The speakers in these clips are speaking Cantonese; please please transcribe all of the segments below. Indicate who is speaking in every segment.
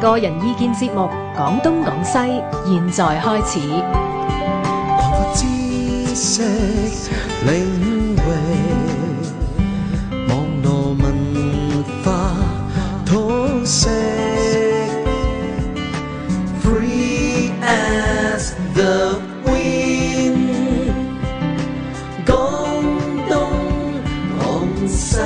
Speaker 1: 個人意見節目《講東講西》，現在開始。
Speaker 2: 擴闊知識領域，網絡文化通識，free as the wind。廣東廣西。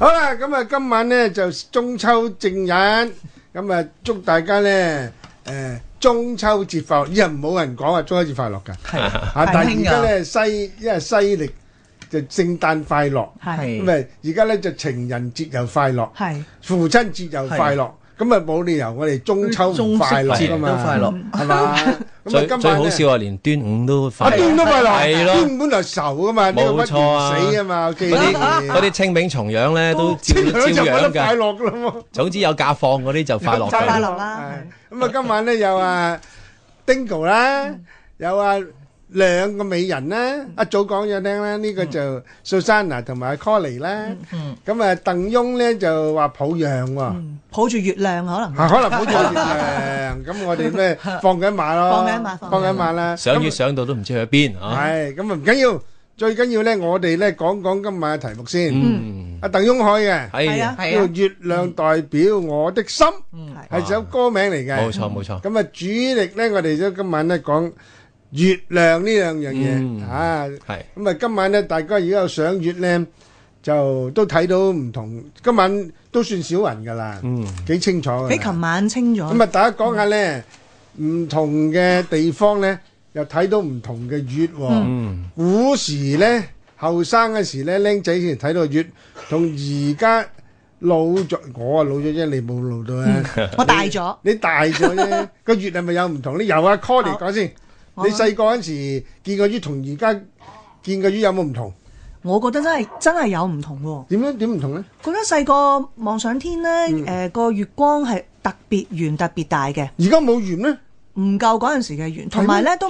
Speaker 3: 好啦，咁啊，今晚咧就中秋正日，咁啊，祝大家咧誒、呃中秋節快樂。以後冇人講啊，中秋節快樂㗎。
Speaker 4: 係
Speaker 3: 啊，但係而家
Speaker 4: 係
Speaker 3: 咧西，因為西歷就聖誕快樂，
Speaker 4: 係
Speaker 3: 咁啊，而家咧就情人節又快樂，
Speaker 5: 係
Speaker 3: 父親節又快樂，咁啊冇理由我哋
Speaker 6: 嗯
Speaker 3: 中秋唔快樂㗎嘛，
Speaker 4: 中式節都快樂
Speaker 3: 係嘛？咁啊，
Speaker 6: 最
Speaker 3: 今
Speaker 6: 最
Speaker 3: 晚
Speaker 6: 好
Speaker 3: 咧。
Speaker 6: 笑啊！連端午都
Speaker 3: 啊！
Speaker 6: 快
Speaker 3: 端
Speaker 6: 樂，
Speaker 3: 都快樂，
Speaker 6: 係
Speaker 3: 端
Speaker 6: 咯。
Speaker 3: 午本來愁噶嘛，呢個
Speaker 6: 冇
Speaker 3: 屈
Speaker 6: 錯啊
Speaker 3: 原死啊嘛，我記
Speaker 6: 嗰
Speaker 3: 得
Speaker 6: 啲嗰啲清明重陽咧都照
Speaker 3: 清涼
Speaker 6: 照
Speaker 3: 就覺得
Speaker 6: 樣
Speaker 3: 快
Speaker 6: 㗎。
Speaker 3: 樂 噶咯
Speaker 6: 總之有假放嗰啲就快樂
Speaker 3: 就快
Speaker 6: 㗎
Speaker 3: 樂
Speaker 5: 快
Speaker 6: 啦。
Speaker 5: 樂啦，
Speaker 3: 喎。咁啊，今晚咧有啊 Dingo 啦，有啊兩個美人啦，一早講咗聽啦，呢個就 Susanna 同埋 Colly 啦。咁啊，鄧雍咧就話抱恙喎，
Speaker 5: 抱住月亮可能。
Speaker 3: 啊可能抱住月亮。咁我哋咩放緊馬咯，
Speaker 5: 放緊馬放緊馬
Speaker 3: 放緊馬啦。
Speaker 6: 上月
Speaker 3: 咁啊
Speaker 6: 上到都唔知去邊啊！
Speaker 3: 係咁啊，唔緊要，最緊要咧，我哋咧講講今晚嘅題目先。
Speaker 6: 嗯，
Speaker 3: 阿鄧雍海嘅。
Speaker 6: 係
Speaker 5: 啊
Speaker 6: 啊，
Speaker 4: 係啊，
Speaker 3: 月亮代表我的心，係首歌名嚟嘅。
Speaker 6: 冇錯冇錯。
Speaker 3: 咁啊，主力咧，我哋都今晚咧講月亮呢兩樣嘢
Speaker 6: 嗯
Speaker 3: 啊。
Speaker 6: 係
Speaker 3: 咁啊，今晚咧，大家如果有賞月咧，就都睇到唔同。今晚都算少人㗎啦，
Speaker 6: 嗯
Speaker 3: 幾清楚㗎啦。
Speaker 5: 比琴晚清咗。
Speaker 3: 咁啊，大家講下咧，唔同嘅地方咧，又睇到唔同嘅月喎。
Speaker 6: 嗯
Speaker 3: 古時咧，後生嗰時咧，僆仔先睇到月，同而家老咗，我啊老咗啫，你冇老到啊！
Speaker 5: 我大咗，
Speaker 3: 你大咗啫，個月係咪有唔同咧？由阿 c o l l 講先，你
Speaker 5: 我
Speaker 3: 細個嗰時見個月同而家見個月有冇唔同？
Speaker 5: 我覺得真係真係有唔同喎。
Speaker 3: 點樣點唔同咧？
Speaker 5: 覺得細個望上天呢，誒個、月光係特別圓、特別大嘅，
Speaker 3: 而家冇圓咧？
Speaker 5: 唔夠嗰陣時嘅圓，同埋呢都。